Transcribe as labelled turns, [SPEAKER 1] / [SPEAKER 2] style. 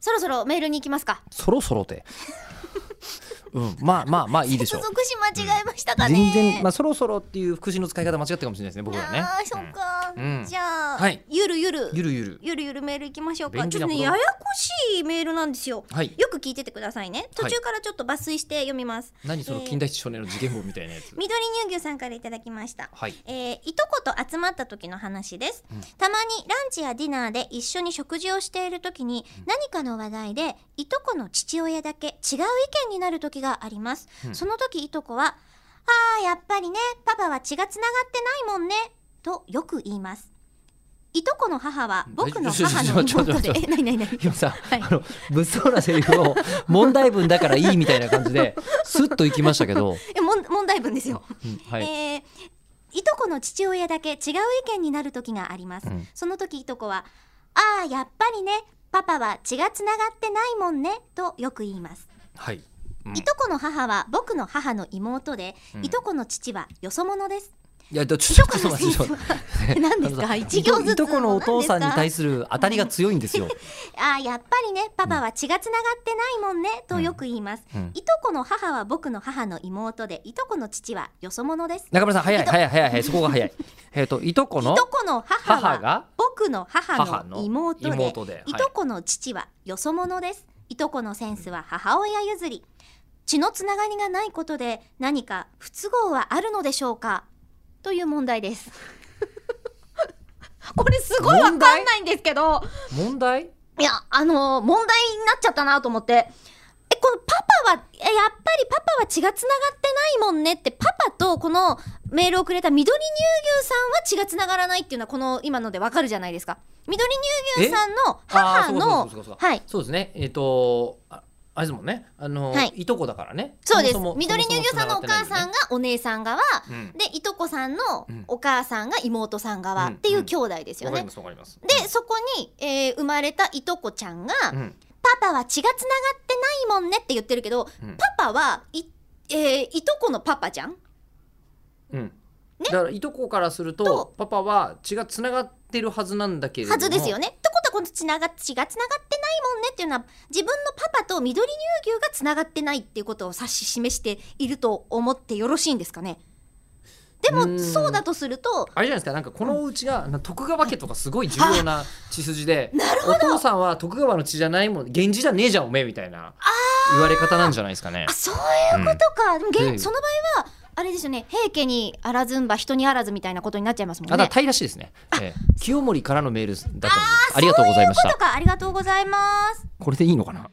[SPEAKER 1] そろそろメールに行きますか
[SPEAKER 2] そろそろでうんまあまあまあいいでしょう
[SPEAKER 1] 接続詞間違えましたかね、
[SPEAKER 2] 全然まあそろそろっていう副詞の使い方間違ってるかもしれないですね僕らね
[SPEAKER 1] あーそっか、
[SPEAKER 2] うん
[SPEAKER 1] じゃあ、
[SPEAKER 2] はい
[SPEAKER 1] ゆるゆる
[SPEAKER 2] ゆるゆる
[SPEAKER 1] ゆるゆるメール行きましょうか
[SPEAKER 2] 便
[SPEAKER 1] ち
[SPEAKER 2] 利
[SPEAKER 1] ょっと
[SPEAKER 2] なこと
[SPEAKER 1] ねややこしいメールなんですよ
[SPEAKER 2] はい
[SPEAKER 1] よく聞いててくださいね途中からちょっと抜粋して読みます、
[SPEAKER 2] 何そ
[SPEAKER 1] え
[SPEAKER 2] の
[SPEAKER 1] ー
[SPEAKER 2] 近代一少年の事件簿みたいなやつ
[SPEAKER 1] 緑乳牛さんからいただきました
[SPEAKER 2] はい
[SPEAKER 1] えーいとこと集まった時の話です、
[SPEAKER 2] うん
[SPEAKER 1] たまにランチやディナーで一緒に食事をしている時に何かの話題でいとこの父親だけ違う意見になる時があります、
[SPEAKER 2] うん
[SPEAKER 1] その時いとこは「あーやっぱりねパパは血がつながってないもんね」とよく言いますいとこの母は僕の母の
[SPEAKER 2] ちょちょちょ
[SPEAKER 1] 妹
[SPEAKER 2] ち
[SPEAKER 1] で
[SPEAKER 2] ょち ょ
[SPEAKER 1] え何何何
[SPEAKER 2] 今さ、
[SPEAKER 1] はい
[SPEAKER 2] あの物騒なセリフを問題文だからいいみたいな感じでスッといきましたけど、
[SPEAKER 1] え問問題文ですよ
[SPEAKER 2] うんはい、
[SPEAKER 1] えーいとこの父親だけ違う意見になる時があります、
[SPEAKER 2] うん
[SPEAKER 1] その時いとこは「ああやっぱりねパパは血がつながってないもんね」とよく言います、
[SPEAKER 2] はい、うん
[SPEAKER 1] いとこの母は僕の母の妹で、
[SPEAKER 2] うん
[SPEAKER 1] いとこの父はよそ者です
[SPEAKER 2] いや、ちょ
[SPEAKER 1] い
[SPEAKER 2] ちょ
[SPEAKER 1] とこ
[SPEAKER 2] っ
[SPEAKER 1] との
[SPEAKER 2] 待ってちょ
[SPEAKER 1] 父
[SPEAKER 2] っと
[SPEAKER 1] は
[SPEAKER 2] 待
[SPEAKER 1] 何で
[SPEAKER 2] っ
[SPEAKER 1] す
[SPEAKER 2] てあ
[SPEAKER 1] か
[SPEAKER 2] の
[SPEAKER 1] 一行ずつ
[SPEAKER 2] いとこのお父さんに対
[SPEAKER 1] す
[SPEAKER 2] する当たりが強いんですよ。
[SPEAKER 1] ああやっぱりねパパは血がつながってないもんね、とよく言います、
[SPEAKER 2] うん
[SPEAKER 1] いとこの母は僕の母の妹でいとこの父はよそ者です
[SPEAKER 2] 中村さん、早い、早い、早い、早い、そこが早い。えっと、いとこの
[SPEAKER 1] いとこの母
[SPEAKER 2] 母
[SPEAKER 1] は
[SPEAKER 2] が
[SPEAKER 1] 僕の母
[SPEAKER 2] 母
[SPEAKER 1] の
[SPEAKER 2] の
[SPEAKER 1] 妹で
[SPEAKER 2] 妹ではい
[SPEAKER 1] いとこの父はよそ者ですいとこのセンスは母親譲り血のつながりがないことで何か不都合はあるのでしょうかという問題です これすごいわかんないんですけど
[SPEAKER 2] 問題。
[SPEAKER 1] いやあの問題になっちゃったなと思ってえこのパパはえやっぱりパパは血がつながってないもんねってパパとこのメールをくれた緑乳牛さんは血がつながらないっていうのはこの今のでわかるじゃないですか緑乳牛さんの母
[SPEAKER 2] あー
[SPEAKER 1] の
[SPEAKER 2] そうかそうかそうかそうか
[SPEAKER 1] はい
[SPEAKER 2] そうですね、えっと、ああれですもんね、あの
[SPEAKER 1] はい、
[SPEAKER 2] いとこだからね。
[SPEAKER 1] そうです
[SPEAKER 2] そもそも
[SPEAKER 1] 緑乳牛さんのお母
[SPEAKER 2] そもそも繋がってない
[SPEAKER 1] さ
[SPEAKER 2] ん
[SPEAKER 1] んがお姉さん側
[SPEAKER 2] うん
[SPEAKER 1] でいとこさんの
[SPEAKER 2] うん
[SPEAKER 1] お母さんが妹さん側っていう兄弟ですよ
[SPEAKER 2] わかり
[SPEAKER 1] ね
[SPEAKER 2] ま。す、わかります。
[SPEAKER 1] でそこに、えー生まれたいとこちゃんが「
[SPEAKER 2] うん、
[SPEAKER 1] パパは血がつながってないもんね」って言ってるけど
[SPEAKER 2] うん
[SPEAKER 1] パパはい、えーいとこのパパじゃん
[SPEAKER 2] うん、だから、いとこからする
[SPEAKER 1] と
[SPEAKER 2] と、パパは血がつながってるはずなんだけれども。
[SPEAKER 1] はずですよね。ってことはこのつなが血がつながってないもんねっていうのは自分のパパと緑乳牛がつながってないっていうことを指し示していると思ってよろしいんですかねで
[SPEAKER 2] う
[SPEAKER 1] も
[SPEAKER 2] ーん
[SPEAKER 1] そうだとすると
[SPEAKER 2] あれじゃないですかなんかこのお家が、なんか徳川家とかすごい重要な血筋でお父さんは徳川の血じゃないもん源氏じゃねえじゃんおめえみたいな言われ方なんじゃないですかね
[SPEAKER 1] あ。そういうことか、でもげん
[SPEAKER 2] うん
[SPEAKER 1] その場合はあれですよね平家にあらずんば人にあらずみたいなことになっちゃいますもん
[SPEAKER 2] あだ
[SPEAKER 1] ね。
[SPEAKER 2] 平らしいですね、ええ清盛からのメールだったんですありがとうございまし
[SPEAKER 1] と
[SPEAKER 2] た
[SPEAKER 1] かありがとうございます。
[SPEAKER 2] これでいいのかな